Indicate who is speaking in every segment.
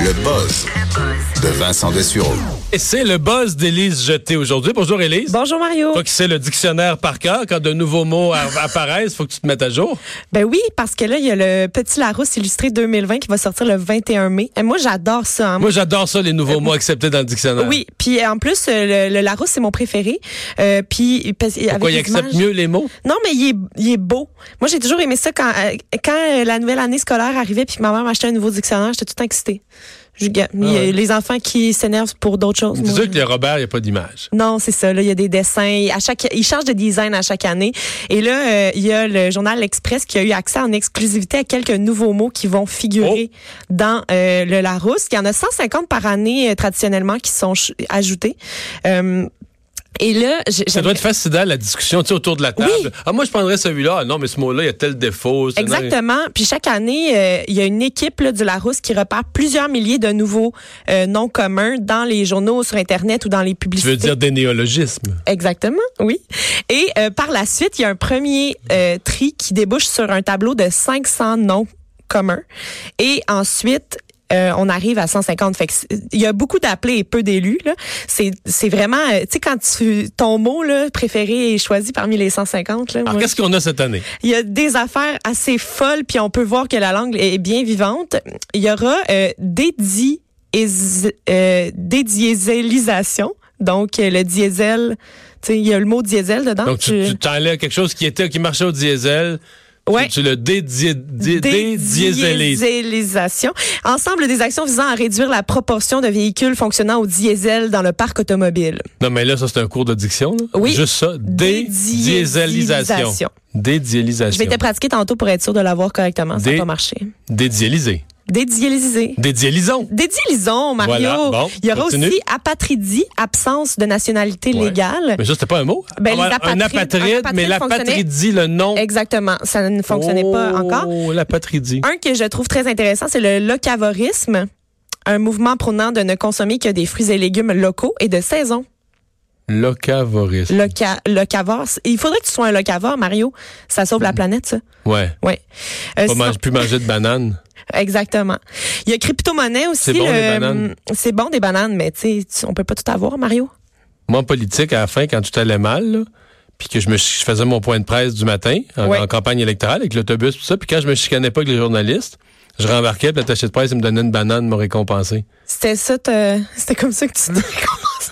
Speaker 1: Le buzz de Vincent Dessureau.
Speaker 2: Et c'est le buzz d'Élise Jeté aujourd'hui. Bonjour Élise.
Speaker 3: Bonjour Mario.
Speaker 2: Toi qui sais le dictionnaire par cœur, quand de nouveaux mots a- apparaissent, faut que tu te mettes à jour.
Speaker 3: Ben oui, parce que là, il y a le Petit Larousse illustré 2020 qui va sortir le 21 mai. Et moi, j'adore ça. hein.
Speaker 2: Moi, j'adore ça, les nouveaux mots acceptés dans le dictionnaire.
Speaker 3: oui, puis euh, en plus, euh, le, le Larousse, c'est mon préféré. Euh, puis, parce- avec
Speaker 2: Pourquoi
Speaker 3: les
Speaker 2: ils acceptent
Speaker 3: images-
Speaker 2: mieux les mots?
Speaker 3: Non, mais il est, il est beau. Moi, j'ai toujours aimé ça quand, euh, quand euh, la nouvelle année scolaire arrivait puis que ma mère m'achetait un nouveau dictionnaire, j'étais tout excitée. Je- il y a
Speaker 2: Ah ouais.
Speaker 3: Les enfants qui s'énervent pour d'autres choses.
Speaker 2: C'est
Speaker 3: moi,
Speaker 2: sûr que les Robert, il n'y a pas d'image.
Speaker 3: Non, c'est ça. Là, il y a des dessins. À chaque, ils changent de design à chaque année. Et là, euh, il y a le journal L'Express qui a eu accès en exclusivité à quelques nouveaux mots qui vont figurer
Speaker 2: Oh!
Speaker 3: dans euh, le Larousse. Il y en a 150 par année euh, traditionnellement qui sont ch- ajoutés. Euh, et là, j'ai-
Speaker 2: Ça doit être fascinant, la discussion tu sais, autour de la table.
Speaker 3: Oui.
Speaker 2: Ah, moi, je prendrais celui-là. Ah, non, mais ce mot-là, il y a tel défaut. c'est-
Speaker 3: Exactement. Puis chaque année, euh, il y a une équipe là, du Larousse qui repère plusieurs milliers de nouveaux euh, noms communs dans les journaux, sur Internet ou dans les
Speaker 2: Tu
Speaker 3: publicités.
Speaker 2: veux dire des néologismes.
Speaker 3: Exactement, oui. Et euh, par la suite, il y a un premier euh, tri qui débouche sur un tableau de 500 noms communs. Et ensuite, euh, on arrive à 150. Fait que c'est- il y a beaucoup d'appelés et peu d'élus. là. C'est c'est vraiment, euh, tu sais, quand tu ton mot là, préféré est choisi parmi les 150. Là,
Speaker 2: Alors,
Speaker 3: moi,
Speaker 2: qu'est-ce qu'on a cette année?
Speaker 3: il y a des affaires assez folles, puis on peut voir que la langue est bien vivante. Il y aura euh, dédi- is- euh, dédiésélisation. Donc, euh, le diesel, tu sais, il y a le mot diesel dedans.
Speaker 2: Donc, tu, tu t'enlèves quelque chose qui était, qui marchait au diesel. tu-
Speaker 3: Ouais.
Speaker 2: Tu, le dédié- dé- dédiéselises.
Speaker 3: Dédiésélisation. Ensemble des actions visant à réduire la proportion de véhicules fonctionnant au diesel dans le parc automobile.
Speaker 2: Non, mais là, ça, c'est un cours de diction. là.
Speaker 3: Oui.
Speaker 2: Juste ça. Dédiélisation.
Speaker 3: Dédiélisation. Je
Speaker 2: Dédiélisation.
Speaker 3: m'étais pratiqué tantôt pour être sûr de l'avoir correctement. Ça n'a
Speaker 2: Dé-
Speaker 3: pas marché.
Speaker 2: Dédiéliser.
Speaker 3: Dédiéliser.
Speaker 2: Dédiélisons.
Speaker 3: Dédiélisons, Mario.
Speaker 2: Voilà, bon,
Speaker 3: Il y aura
Speaker 2: continue.
Speaker 3: aussi apatridie, absence de nationalité
Speaker 2: Ouais.
Speaker 3: légale.
Speaker 2: Mais ça, c'était pas un mot.
Speaker 3: Ben, les
Speaker 2: un
Speaker 3: apatrides- un
Speaker 2: apatride,
Speaker 3: apatride
Speaker 2: mais l'apatridie, le nom.
Speaker 3: Exactement, ça ne fonctionnait pas
Speaker 2: Oh,
Speaker 3: encore.
Speaker 2: l'apatridie.
Speaker 3: Un que je trouve très intéressant, c'est le locavorisme, un mouvement prônant de ne consommer que des fruits et légumes locaux et de saison.
Speaker 2: Locavorisme.
Speaker 3: Loca locavore, c- il faudrait que tu sois un locavore, Mario. Ça sauve la planète, ça.
Speaker 2: Ouais.
Speaker 3: Ouais. Euh,
Speaker 2: Mm. Pas
Speaker 3: sinon-
Speaker 2: mange- plus manger de bananes.
Speaker 3: Exactement. Il y a crypto-monnaie aussi.
Speaker 2: C'est bon,
Speaker 3: le- hum,
Speaker 2: des bananes.
Speaker 3: C'est bon des bananes, mais tu sais, tu- on peut pas tout avoir, Mario.
Speaker 2: Moi, en politique, à la fin, quand tout allait mal, là, puis que je me chi- je faisais mon point de presse du matin en,
Speaker 3: Ouais.
Speaker 2: en campagne électorale avec l'autobus, tout ça, puis quand je me chicanais pas avec les journalistes, je rembarquais, puis l'attaché de presse, il me donnait une banane, me récompensé.
Speaker 3: C'était ça, t'as- c'était comme ça que tu t'es commencé.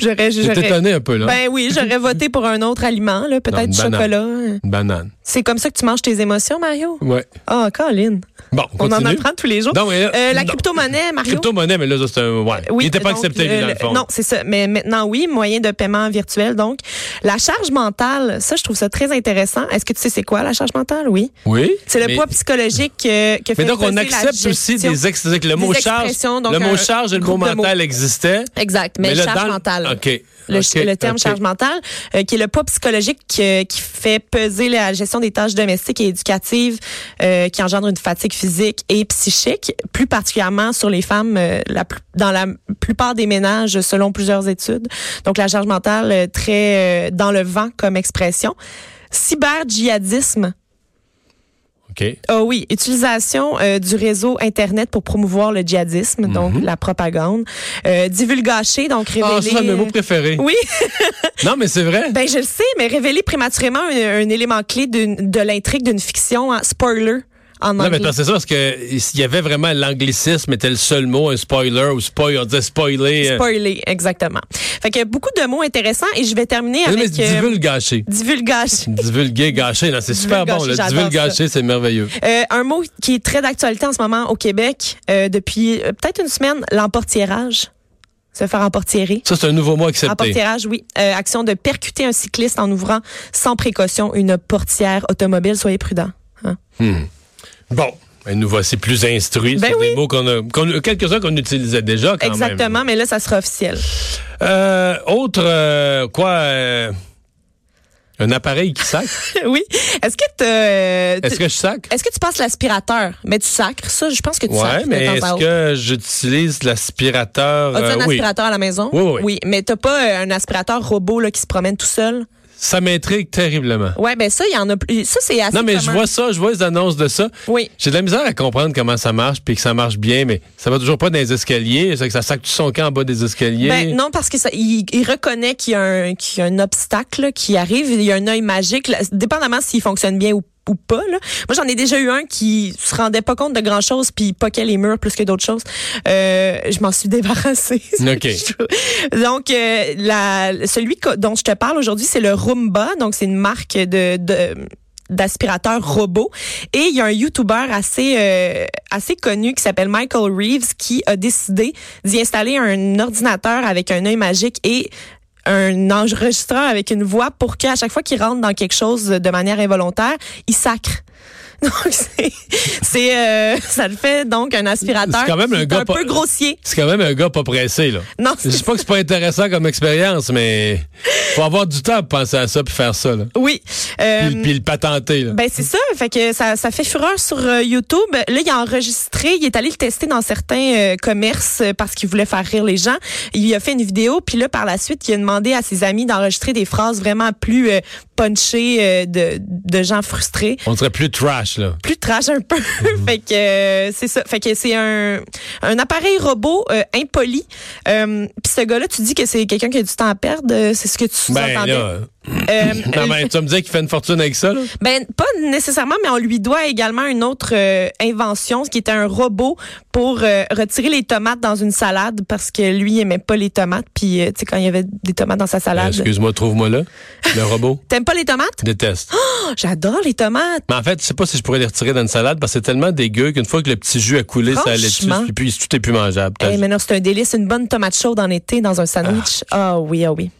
Speaker 3: J'aurais,
Speaker 2: J'étais
Speaker 3: j'aurais.
Speaker 2: étonné un peu, là.
Speaker 3: Ben oui, j'aurais voté pour un autre aliment, là,
Speaker 2: hein? Non,
Speaker 3: peut-être
Speaker 2: une
Speaker 3: du
Speaker 2: banane.
Speaker 3: chocolat.
Speaker 2: Une banane.
Speaker 3: C'est comme ça que tu manges tes émotions, Mario.
Speaker 2: Ouais.
Speaker 3: Ah, Colin.
Speaker 2: Bon, on
Speaker 3: On en
Speaker 2: continue.
Speaker 3: apprend tous les jours.
Speaker 2: Non, mais là-
Speaker 3: Euh, la
Speaker 2: non.
Speaker 3: crypto-monnaie, Mario.
Speaker 2: Crypto-monnaie, mais là, ça, c'est un. Ouais. il n'était pas
Speaker 3: donc,
Speaker 2: accepté, lui,
Speaker 3: euh,
Speaker 2: dans le fond.
Speaker 3: Non, c'est ça. Mais maintenant, oui, moyen de paiement virtuel. Donc, la charge mentale, ça, je trouve ça très intéressant. Est-ce que tu sais c'est quoi la charge mentale? Oui.
Speaker 2: Oui.
Speaker 3: C'est le
Speaker 2: mais-
Speaker 3: poids psychologique que, que fait
Speaker 2: Mais donc, on
Speaker 3: peser la
Speaker 2: accepte aussi
Speaker 3: gestion.
Speaker 2: des ex. c'est-à-dire que Le
Speaker 3: des
Speaker 2: mot charge.
Speaker 3: expressions, donc
Speaker 2: Le mot
Speaker 3: un
Speaker 2: charge et le mot
Speaker 3: groupe de mots.
Speaker 2: mental existaient.
Speaker 3: Exact, mais,
Speaker 2: là,
Speaker 3: charge
Speaker 2: dans le-
Speaker 3: mentale.
Speaker 2: OK.
Speaker 3: Le,
Speaker 2: OK,
Speaker 3: le terme
Speaker 2: OK.
Speaker 3: charge mentale, euh, qui est le poids psychologique que- qui fait peser la gestion des tâches domestiques et éducatives, euh, qui engendre une fatigue physique et psychique, plus particulièrement sur les femmes euh, la plus- dans la plupart des ménages, selon plusieurs études. Donc la charge mentale euh, très euh, dans le vent comme expression. Cyber-djihadisme.
Speaker 2: OK.
Speaker 3: Ah oui, utilisation euh, du réseau Internet pour promouvoir le djihadisme, donc la propagande. Euh, divulgacher, donc révéler...
Speaker 2: Mhm. Ah, ça, c'est mes mots préférés.
Speaker 3: Oui.
Speaker 2: Non, mais c'est vrai.
Speaker 3: Ben je le sais, mais révéler prématurément un, un élément clé d'une- de l'intrigue d'une fiction, en spoiler en
Speaker 2: Non,
Speaker 3: anglais.
Speaker 2: mais attends, c'est ça, parce que il y avait vraiment l'anglicisme, était le seul mot, un spoiler, ou spoil, on disait spoiler. euh,
Speaker 3: Spoiler, exactement. Fait qu'il y a beaucoup de mots intéressants et je vais terminer
Speaker 2: Non, mais
Speaker 3: avec euh,
Speaker 2: divulgacher.
Speaker 3: divulgacher.
Speaker 2: Divulguer, gâcher. Non, c'est super bon,
Speaker 3: Divulgacher,
Speaker 2: là.
Speaker 3: j'adore
Speaker 2: Divulgacher, c'est merveilleux.
Speaker 3: Euh, un mot qui est très d'actualité en ce moment au Québec euh, depuis euh, peut-être une semaine, l'emportiérage. Se faire emportiérer.
Speaker 2: Ça, c'est un nouveau mot
Speaker 3: En
Speaker 2: accepté.
Speaker 3: portierage, oui. Euh, action de percuter un cycliste en ouvrant sans précaution une portière automobile. Soyez prudents. hein.
Speaker 2: Bon. Ben, nous voici plus instruits.
Speaker 3: Ben
Speaker 2: sur des
Speaker 3: oui.
Speaker 2: mots qu'on a, qu'on- quelques-uns qu'on utilisait déjà, quand
Speaker 3: Exactement,
Speaker 2: même.
Speaker 3: mais là, ça sera officiel.
Speaker 2: Euh, autre, euh, quoi, euh, un appareil qui sac.
Speaker 3: oui. Est-ce que t'as- euh, tu
Speaker 2: Est-ce que je sac?
Speaker 3: Est-ce que tu passes l'aspirateur? Mais tu sacres ça, je pense que tu
Speaker 2: Ouais,
Speaker 3: sacres
Speaker 2: mais
Speaker 3: de temps à
Speaker 2: est-ce
Speaker 3: autre.
Speaker 2: que j'utilise l'aspirateur?
Speaker 3: As-tu
Speaker 2: euh,
Speaker 3: un
Speaker 2: oui.
Speaker 3: aspirateur à la maison?
Speaker 2: Oui, oui, oui.
Speaker 3: mais t'as pas euh, un aspirateur robot là, qui se promène tout seul?
Speaker 2: Ça m'intrigue terriblement.
Speaker 3: Ouais, ben ça, il y en a plus. Ça, c'est assez.
Speaker 2: Non, mais je
Speaker 3: commun.
Speaker 2: vois ça, je vois les annonces de ça.
Speaker 3: Oui.
Speaker 2: J'ai de la misère à comprendre comment ça marche, puis que ça marche bien, mais ça va toujours pas dans les escaliers. C'est que ça sac tout son camp en bas des escaliers.
Speaker 3: Ben, non, parce que ça, il, il reconnaît qu'il y, a un- qu'il y a un obstacle là, qui arrive. Il y a un œil magique, là, dépendamment s'il fonctionne bien ou ou pas là. Moi j'en ai déjà eu un qui se rendait pas compte de grand chose puis il poquait les murs plus que d'autres choses. Euh, je m'en suis débarrassée.
Speaker 2: OK.
Speaker 3: donc euh, la, celui co- dont je te parle aujourd'hui c'est le Roomba donc c'est une marque de, de- d'aspirateur robot et il y a un YouTuber assez euh, assez connu qui s'appelle Michael Reeves qui a décidé d'y installer un ordinateur avec un œil magique et un enregistreur avec une voix pour qu'à chaque fois qu'il rentre dans quelque chose de manière involontaire, il sacre. Donc c'est c'est, euh, ça le fait donc un aspirateur
Speaker 2: C'est quand même
Speaker 3: qui
Speaker 2: un
Speaker 3: est
Speaker 2: gars
Speaker 3: un
Speaker 2: pas-
Speaker 3: peu grossier.
Speaker 2: C'est quand même un gars pas pressé, là.
Speaker 3: Non,
Speaker 2: Je dis pas que c'est pas intéressant comme expérience, mais faut avoir du temps pour penser à ça puis faire ça, là.
Speaker 3: oui. Euh,
Speaker 2: Puis, puis le patenter, là.
Speaker 3: Ben c'est ça, fait que ça, ça fait fureur sur euh, YouTube. Là, il a enregistré, il est allé le tester dans certains euh, commerces euh, parce qu'il voulait faire rire les gens. Il a fait une vidéo, puis là par la suite, il a demandé à ses amis d'enregistrer des phrases vraiment plus euh, punchées euh, de, de gens frustrés,
Speaker 2: On serait plus trash, là.
Speaker 3: plus trash un peu.
Speaker 2: Mhm.
Speaker 3: fait que euh, c'est ça, fait que c'est un un appareil robot euh, impoli. Euh, puis ce gars-là, tu dis que c'est quelqu'un qui a du temps à perdre, euh, c'est ce que tu
Speaker 2: Ben,
Speaker 3: entendais.
Speaker 2: là.
Speaker 3: Euh,
Speaker 2: Non, mais tu vas me dire qu'il fait une fortune avec ça, là?
Speaker 3: Ben, pas nécessairement, mais on lui doit également une autre euh, invention, ce qui était un robot pour euh, retirer les tomates dans une salade parce que lui, il aimait pas les tomates. Puis, euh, tu sais, quand il y avait des tomates dans sa
Speaker 2: Euh,
Speaker 3: salade.
Speaker 2: Excuse-moi, trouve-moi là. Le robot.
Speaker 3: T'aimes pas les tomates?
Speaker 2: Déteste.
Speaker 3: Oh, J'adore les tomates.
Speaker 2: Mais en fait, je sais pas si je pourrais les retirer dans une salade parce que c'est tellement dégueu qu'une fois que le petit jus a coulé, ça allait dessus,
Speaker 3: Franchement.
Speaker 2: puis puis tout est plus mangeable.
Speaker 3: Eh, mais non, c'est un délice, une bonne tomate chaude en été dans un sandwich. Ah oui, ah oui.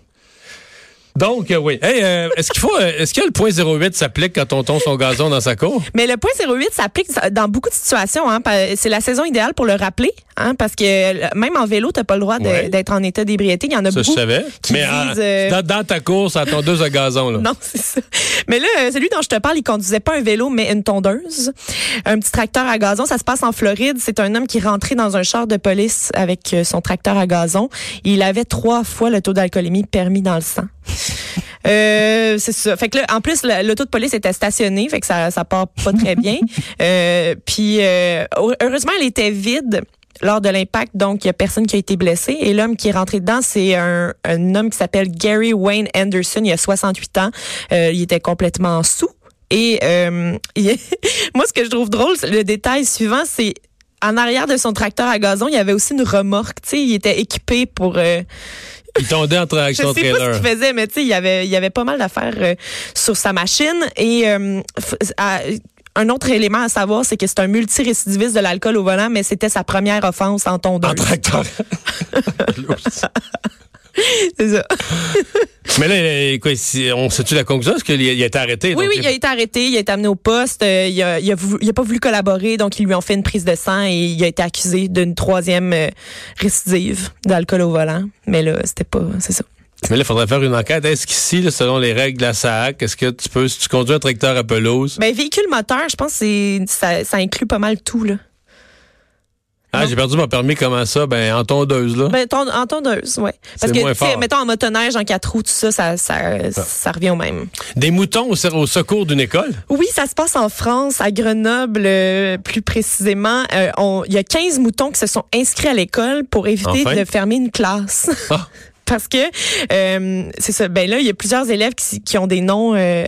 Speaker 2: Donc, euh, oui. Hey, euh, est-ce qu'il faut, euh, est-ce que le point 08 s'applique quand on tombe son gazon dans sa cour?
Speaker 3: Mais le point 08 s'applique dans beaucoup de situations. Hein. Pa- C'est la saison idéale pour le rappeler, hein, parce que euh, même en vélo, t'as pas le droit de-
Speaker 2: Ouais.
Speaker 3: d'être en état d'ébriété. Il y en a
Speaker 2: Ça, je
Speaker 3: beaucoup.
Speaker 2: savais.
Speaker 3: qui
Speaker 2: Mais en-
Speaker 3: disent, euh,
Speaker 2: dans, dans ta cour, ça tombe deux gazon, là.
Speaker 3: Non, c'est ça. Mais là, euh, celui dont je te parle, il conduisait pas un vélo, mais une tondeuse. Un petit tracteur à gazon. Ça se passe en Floride. C'est un homme qui rentrait dans un char de police avec euh, son tracteur à gazon. Il avait trois fois le taux d'alcoolémie permis dans le sang. Euh, c'est ça. Fait que là, en plus, la- l'auto de police était stationnée, fait que ça, ça part pas très bien. Euh, puis euh, heureusement, elle était vide lors de l'impact, donc il y a personne qui a été blessé. Et l'homme qui est rentré dedans, c'est un, un homme qui s'appelle Gary Wayne Anderson. Il a 68 ans. Euh, il était complètement sous. Et euh, il- moi, ce que je trouve drôle, c'est le détail suivant, c'est en arrière de son tracteur à gazon, il y avait aussi une remorque. Tu sais, il était équipé pour euh,
Speaker 2: Il tombait entre avec
Speaker 3: je
Speaker 2: son
Speaker 3: sais pas
Speaker 2: trailer.
Speaker 3: ce qu'il faisait, mais tu sais, il y avait, il y avait pas mal d'affaires euh, sur sa machine. Et euh, f- à- un autre élément à savoir, c'est que c'est un multirécidiviste de l'alcool au volant, mais c'était sa première offense en tondeuse.
Speaker 2: En tracteur.
Speaker 3: C'est ça.
Speaker 2: mais là, euh, quoi, si- on sait-tu la conclusion? Est-ce qu'il a- il a été arrêté?
Speaker 3: Oui,
Speaker 2: donc
Speaker 3: oui, il a été arrêté, il a été amené au poste, euh, il, a, il, a vou- il a pas voulu collaborer, donc ils lui ont fait une prise de sang et il a été accusé d'une troisième euh, récidive d'alcool au volant. Mais là, c'était pas, c'est ça.
Speaker 2: Mais là, il faudrait faire une enquête. Est-ce qu'ici, là, selon les règles de la SAC, est-ce que tu peux, si tu conduis un tracteur à pelouse?
Speaker 3: Ben, véhicule moteur, je pense que c'est- ça, ça inclut pas mal tout, là.
Speaker 2: Ah,
Speaker 3: non.
Speaker 2: j'ai perdu mon permis, comment ça? Ben, en tondeuse, là.
Speaker 3: Ben, ton- en tondeuse, ouais. Parce que,
Speaker 2: moins
Speaker 3: tu sais,
Speaker 2: fort.
Speaker 3: mettons en motoneige, en quatre roues, tout ça, ça, ça, ça revient au même.
Speaker 2: Des moutons au, au secours d'une école?
Speaker 3: Oui, ça se passe en France, à Grenoble, euh, plus précisément. Euh, on- Il y a 15 moutons qui se sont inscrits à l'école pour éviter
Speaker 2: Enfin.
Speaker 3: de fermer une classe.
Speaker 2: Ah.
Speaker 3: Parce que, euh, c'est ça, ben là, il y a plusieurs élèves qui, qui ont des noms... euh,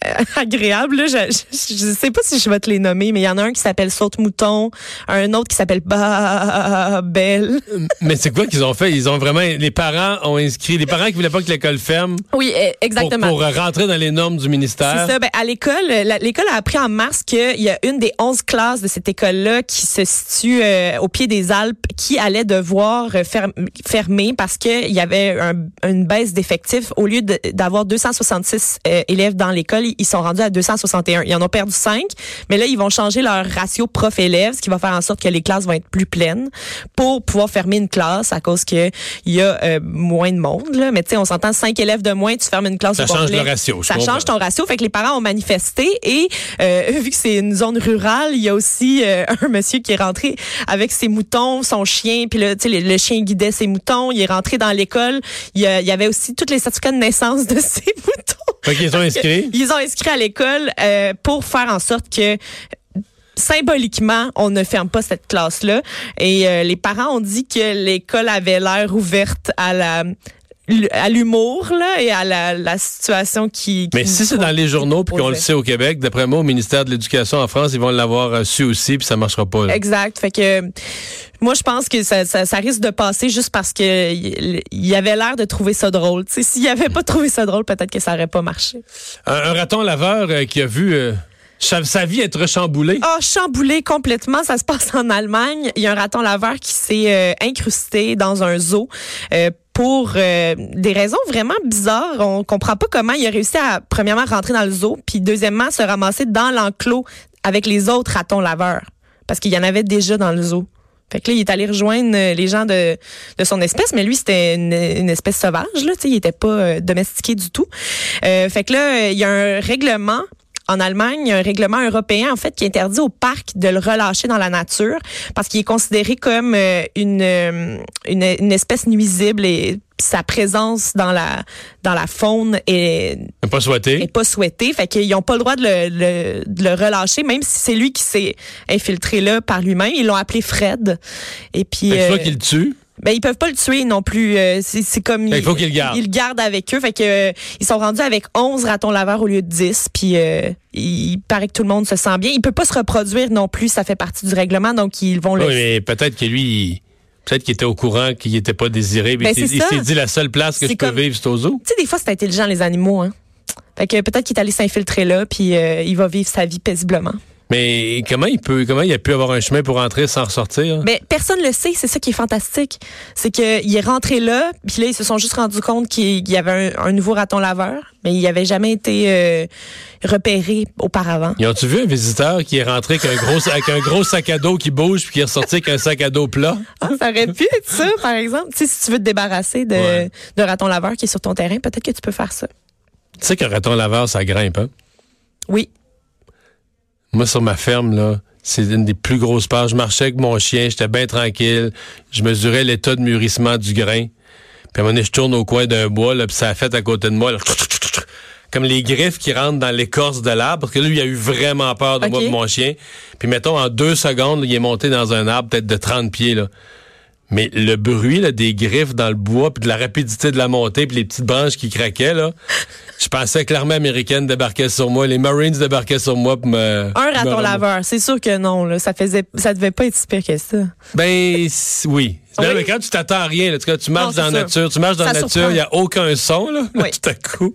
Speaker 3: agréables. là. Je, je, je sais pas si je vais te les nommer, mais il y en a un qui s'appelle Saute-Mouton, un autre qui s'appelle Babel.
Speaker 2: Mais c'est quoi qu'ils ont fait? Ils ont vraiment, les parents ont inscrit, les parents qui voulaient pas que l'école ferme
Speaker 3: Oui, eh,
Speaker 2: pour,
Speaker 3: exactement.
Speaker 2: pour rentrer dans les normes du ministère.
Speaker 3: C'est ça. Ben, à l'école, la- l'école a appris en mars qu'il y a une des 11 classes de cette école-là qui se situe euh, au pied des Alpes qui allait devoir euh, ferm- fermer parce qu'il y avait un- une baisse d'effectifs. Au lieu de- d'avoir 266 euh, élèves dans l'école, ils sont rendus à 261. Ils en ont perdu 5, mais là, ils vont changer leur ratio prof-élève, ce qui va faire en sorte que les classes vont être plus pleines pour pouvoir fermer une classe à cause qu'il y a euh, moins de monde. Là. Mais tu sais, on s'entend 5 élèves de moins, tu fermes une classe
Speaker 2: Ça
Speaker 3: au
Speaker 2: change
Speaker 3: complet.
Speaker 2: le ratio, je
Speaker 3: Ça
Speaker 2: comprends.
Speaker 3: change ton ratio. Fait que les parents ont manifesté et euh, vu que c'est une zone rurale, il y a aussi euh, un monsieur qui est rentré avec ses moutons, son chien, puis là, tu sais, le, le chien guidait ses moutons. Il est rentré dans l'école. Il, y a- il y avait aussi tous les certificats de naissance de ses moutons.
Speaker 2: Fait qu'ils sont inscrits.
Speaker 3: Ils ont inscrit à l'école euh, pour faire en sorte que symboliquement, on ne ferme pas cette classe-là. Et euh, les parents ont dit que l'école avait l'air ouverte à la à l'humour là et à la, la situation qui, qui
Speaker 2: Mais si c'est dans les journaux puis qu'on le sait au Québec, d'après moi, au ministère de l'Éducation en France, ils vont l'avoir euh, su aussi puis ça marchera pas. là.
Speaker 3: Exact. Fait que moi, je pense que ça, ça, ça risque de passer juste parce que il il avait l'air de trouver ça drôle. Tu sais, s'il avait pas trouvé ça drôle, peut-être que ça aurait pas marché.
Speaker 2: Un, un raton laveur euh, qui a vu euh, sa, sa vie être chamboulée.
Speaker 3: Ah, chamboulé complètement. Ça se passe en Allemagne. Il y a un raton laveur qui s'est euh, incrusté dans un zoo. euh, pour euh, des raisons vraiment bizarres, on comprend pas comment il a réussi à premièrement rentrer dans le zoo, puis deuxièmement se ramasser dans l'enclos avec les autres ratons laveurs, parce qu'il y en avait déjà dans le zoo. Fait que là, il est allé rejoindre euh, les gens de, de son espèce, mais lui, c'était une, une espèce sauvage, là, tu sais, il était pas euh, domestiqué du tout. Euh, fait que là, euh, il y a un règlement en Allemagne, il y a un règlement européen, en fait, qui interdit au parc de le relâcher dans la nature parce qu'il est considéré comme euh, une, euh, une, une espèce nuisible et sa présence dans la, dans la faune est
Speaker 2: Pas souhaité.
Speaker 3: est pas souhaité. Fait qu'ils n'ont pas le droit de le, le- de le relâcher, même si c'est lui qui s'est infiltré là par lui-même. Ils l'ont appelé Fred. Et puis,
Speaker 2: Fait que
Speaker 3: euh,
Speaker 2: soit qu'il le tue.
Speaker 3: ben, ils peuvent pas le tuer non plus. Euh, c'est c'est comme
Speaker 2: Fait qu'il Ben, faut qu'ils le gardent.
Speaker 3: Ils le gardent avec eux. Fait que euh, ils sont rendus avec 11 ratons laveurs au lieu de 10. Puis euh, il paraît que tout le monde se sent bien. Il peut pas se reproduire non plus. Ça fait partie du règlement. Donc ils vont le.
Speaker 2: Oui, mais peut-être que lui, il- peut-être qu'il était au courant qu'il n'était pas désiré. puis
Speaker 3: Ben,
Speaker 2: il s'est-
Speaker 3: c'est
Speaker 2: il
Speaker 3: ça.
Speaker 2: s'est dit la seule place que
Speaker 3: C'est
Speaker 2: je peux
Speaker 3: comme-
Speaker 2: vivre, c'est au zoo.
Speaker 3: Tu sais, des fois c'est intelligent les animaux. Hein. Fait que peut-être qu'il est allé s'infiltrer là. Puis euh, il va vivre sa vie paisiblement.
Speaker 2: Mais comment il peut, comment il a pu avoir un chemin pour entrer sans ressortir?
Speaker 3: Mais personne le sait, c'est ça qui est fantastique. C'est qu'il est rentré là, puis là, ils se sont juste rendus compte qu'il qu'il y avait un, un nouveau raton laveur, mais il n'avait jamais été euh, repéré auparavant.
Speaker 2: Ils ont-tu vu un visiteur qui est rentré avec un gros, avec un gros sac à dos qui bouge puis qui est ressorti avec un sac à dos plat?
Speaker 3: Ah, ça aurait pu être ça, par exemple. Tu sais, si tu veux te débarrasser de,
Speaker 2: Ouais.
Speaker 3: de raton laveur qui est sur ton terrain, peut-être que tu peux faire ça.
Speaker 2: Tu sais qu'un raton laveur, ça grimpe, hein?
Speaker 3: Oui.
Speaker 2: Moi, sur ma ferme, là, c'est une des plus grosses parts. Je marchais avec mon chien, j'étais bien tranquille. Je mesurais l'état de mûrissement du grain. Puis à un moment donné, je tourne au coin d'un bois, là, puis ça a fait à côté de moi. là, comme les griffes qui rentrent dans l'écorce de l'arbre. Parce que lui, il a eu vraiment peur de moi
Speaker 3: Ok.
Speaker 2: et de mon chien. Puis mettons, en deux secondes, il est monté dans un arbre peut-être de 30 pieds, là. Mais le bruit là, des griffes dans le bois, puis de la rapidité de la montée, puis les petites branches qui craquaient, là, je pensais que l'armée américaine débarquait sur moi, les Marines débarquaient sur moi pour me...
Speaker 3: Un
Speaker 2: me
Speaker 3: raton
Speaker 2: remonter.
Speaker 3: laveur, c'est sûr que non, là. Ça faisait, ça devait pas être si pire que ça.
Speaker 2: Ben c- oui. Non,
Speaker 3: Oui.
Speaker 2: mais quand tu t'attends à rien, là, tu, tu marches
Speaker 3: Non, c'est
Speaker 2: dans la
Speaker 3: sûr.
Speaker 2: nature, tu marches dans
Speaker 3: Ça
Speaker 2: la nature,
Speaker 3: surprend.
Speaker 2: il n'y a aucun son, là,
Speaker 3: Oui.
Speaker 2: tout à coup.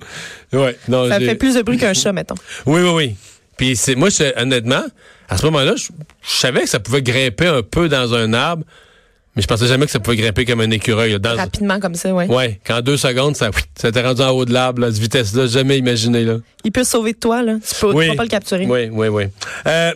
Speaker 2: Ouais, non,
Speaker 3: Ça
Speaker 2: j'ai-
Speaker 3: fait plus de bruit qu'un chat, mettons.
Speaker 2: Oui, oui, oui. Puis c'est moi, je- honnêtement, à ce moment-là, je, je savais que ça pouvait grimper un peu dans un arbre, mais je pensais jamais que ça pouvait grimper comme un écureuil. là, dans,
Speaker 3: Rapidement comme ça, ouais.
Speaker 2: ouais, qu'en deux secondes, ça, ça t'est rendu en haut de l'arbre, là, à cette vitesse-là, jamais imaginé. Là.
Speaker 3: Il peut se sauver de toi, là. Tu peux, tu pourras pas le capturer.
Speaker 2: Oui, oui, oui. Euh,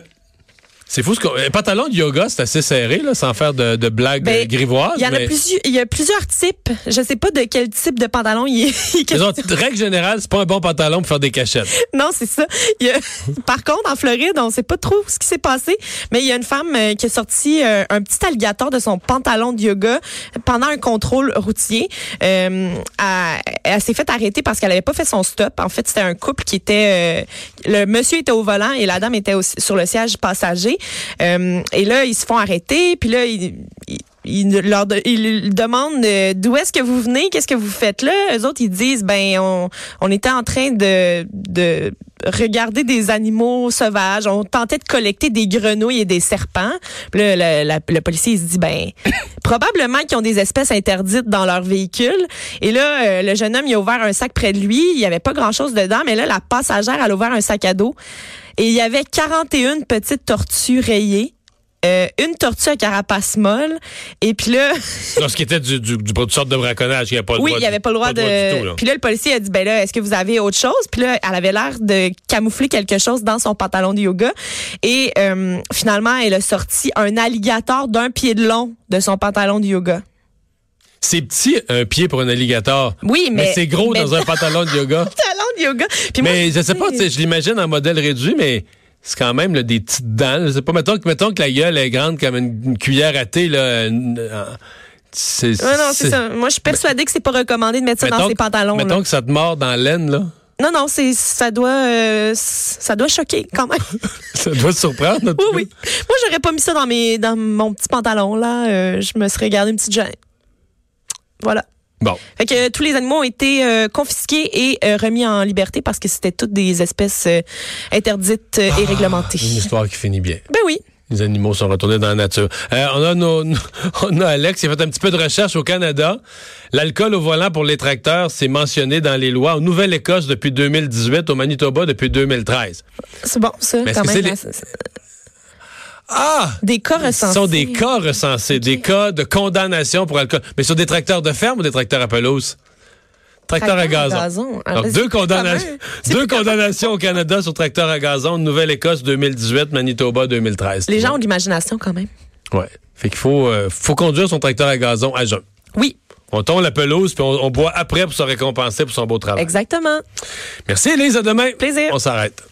Speaker 2: c'est fou ce qu'on. euh, Pantalon de yoga, c'est assez serré, là, sans faire de, de blagues
Speaker 3: Ben,
Speaker 2: euh, grivoises.
Speaker 3: Il y en a
Speaker 2: mais-
Speaker 3: plusieurs, il y a plusieurs types. Je sais pas de quel type de pantalon il est.
Speaker 2: Ils ont, règle générale, c'est pas un bon pantalon pour faire des cachettes.
Speaker 3: non, c'est ça. Il y a- Par contre, en Floride, on sait pas trop ce qui s'est passé, mais il y a une femme euh, qui a sorti euh, un petit alligator de son pantalon de yoga pendant un contrôle routier. Euh, elle elle s'est fait arrêter parce qu'elle avait pas fait son stop. En fait, c'était un couple qui était euh, le monsieur était au volant et la dame était au- sur le siège passager. Euh, et là, ils se font arrêter, puis là ils- ils- ils ne- leur de- ils demandent euh, d'où est-ce que vous venez, qu'est-ce que vous faites là. Les autres, ils disent, ben, on, on était en train de, de regarder des animaux sauvages. On tentait de collecter des grenouilles et des serpents. Puis là, la- la- le policier, il se dit, ben, probablement qu'ils ont des espèces interdites dans leur véhicule. Et là, euh, le jeune homme, il a ouvert un sac près de lui. Il n'y avait pas grand-chose dedans, mais là, la passagère, elle a ouvert un sac à dos. Et il y avait 41 petites tortues rayées. euh, une tortue à carapace molle. Et puis là,
Speaker 2: non, ce qui était du, du, du, d'une sorte de braconnage, il n'y avait pas le
Speaker 3: oui,
Speaker 2: droit.
Speaker 3: il n'y avait pas le droit de.
Speaker 2: du tout, là.
Speaker 3: puis là, le policier a dit ben là, est-ce que vous avez autre chose Puis là, elle avait l'air de camoufler quelque chose dans son pantalon de yoga. Et euh, finalement, elle a sorti un alligator d'un pied de long de son pantalon de yoga.
Speaker 2: C'est petit, un pied pour un alligator.
Speaker 3: Oui, mais.
Speaker 2: Mais, c'est gros dans un pantalon de yoga.
Speaker 3: pantalon de yoga. Puis moi,
Speaker 2: mais je sais pas,
Speaker 3: tu
Speaker 2: tu sais, je l'imagine en modèle réduit, mais c'est quand même là, des petites dents. Je sais pas, mettons, que- mettons que la gueule est grande comme une, une cuillère à thé. Là, une- euh, c'est,
Speaker 3: Ah Ouais, non, c'est ça. Moi, je suis persuadée que c'est pas recommandé de mettre ça dans ses pantalons. là.
Speaker 2: Mettons que ça te mord dans la laine, là.
Speaker 3: Non, non, c'est ça doit euh, ça doit choquer quand même.
Speaker 2: ça doit te surprendre. en tout
Speaker 3: Oui,
Speaker 2: cas.
Speaker 3: oui. Moi, j'aurais pas mis ça dans mes dans mon petit pantalon là. Euh, je me serais gardé une petite gêne. Voilà.
Speaker 2: Bon,
Speaker 3: Fait que euh, tous les animaux ont été euh, confisqués et euh, remis en liberté parce que c'était toutes des espèces euh, interdites
Speaker 2: Ah,
Speaker 3: euh, et réglementées.
Speaker 2: une histoire qui finit bien.
Speaker 3: Ben oui.
Speaker 2: Les animaux sont retournés dans la nature. Euh, on, a nos- on a Alex qui a fait un petit peu de recherche au Canada. L'alcool au volant pour les tracteurs, c'est mentionné dans les lois en Nouvelle-Écosse depuis 2018, au Manitoba depuis 2013.
Speaker 3: C'est bon, ça,
Speaker 2: Mais est-ce
Speaker 3: quand
Speaker 2: que
Speaker 3: même.
Speaker 2: c'est
Speaker 3: là,
Speaker 2: les-
Speaker 3: c'est- c'est-
Speaker 2: Ah!
Speaker 3: Des cas
Speaker 2: Ce
Speaker 3: recensés.
Speaker 2: sont des cas recensés, des cas de condamnation pour alcool. Mais sur des tracteurs de ferme ou des tracteurs à pelouse? Tracteurs à
Speaker 3: Tracteur
Speaker 2: gazon.
Speaker 3: à gazon. Ah,
Speaker 2: Donc,
Speaker 3: ben,
Speaker 2: deux,
Speaker 3: c'est plus
Speaker 2: condamna-
Speaker 3: commun.
Speaker 2: deux condamnations au Canada sur tracteurs à gazon, Nouvelle-Écosse 2018, Manitoba 2013.
Speaker 3: Les gens ont de l'imagination quand même.
Speaker 2: Ouais. Fait qu'il faut, euh, faut conduire son tracteur à gazon à jeun.
Speaker 3: Oui,
Speaker 2: On tombe la pelouse, puis on, on boit après pour se récompenser pour son beau travail.
Speaker 3: exactement.
Speaker 2: Merci, Elise. À demain.
Speaker 3: Plaisir.
Speaker 2: On s'arrête.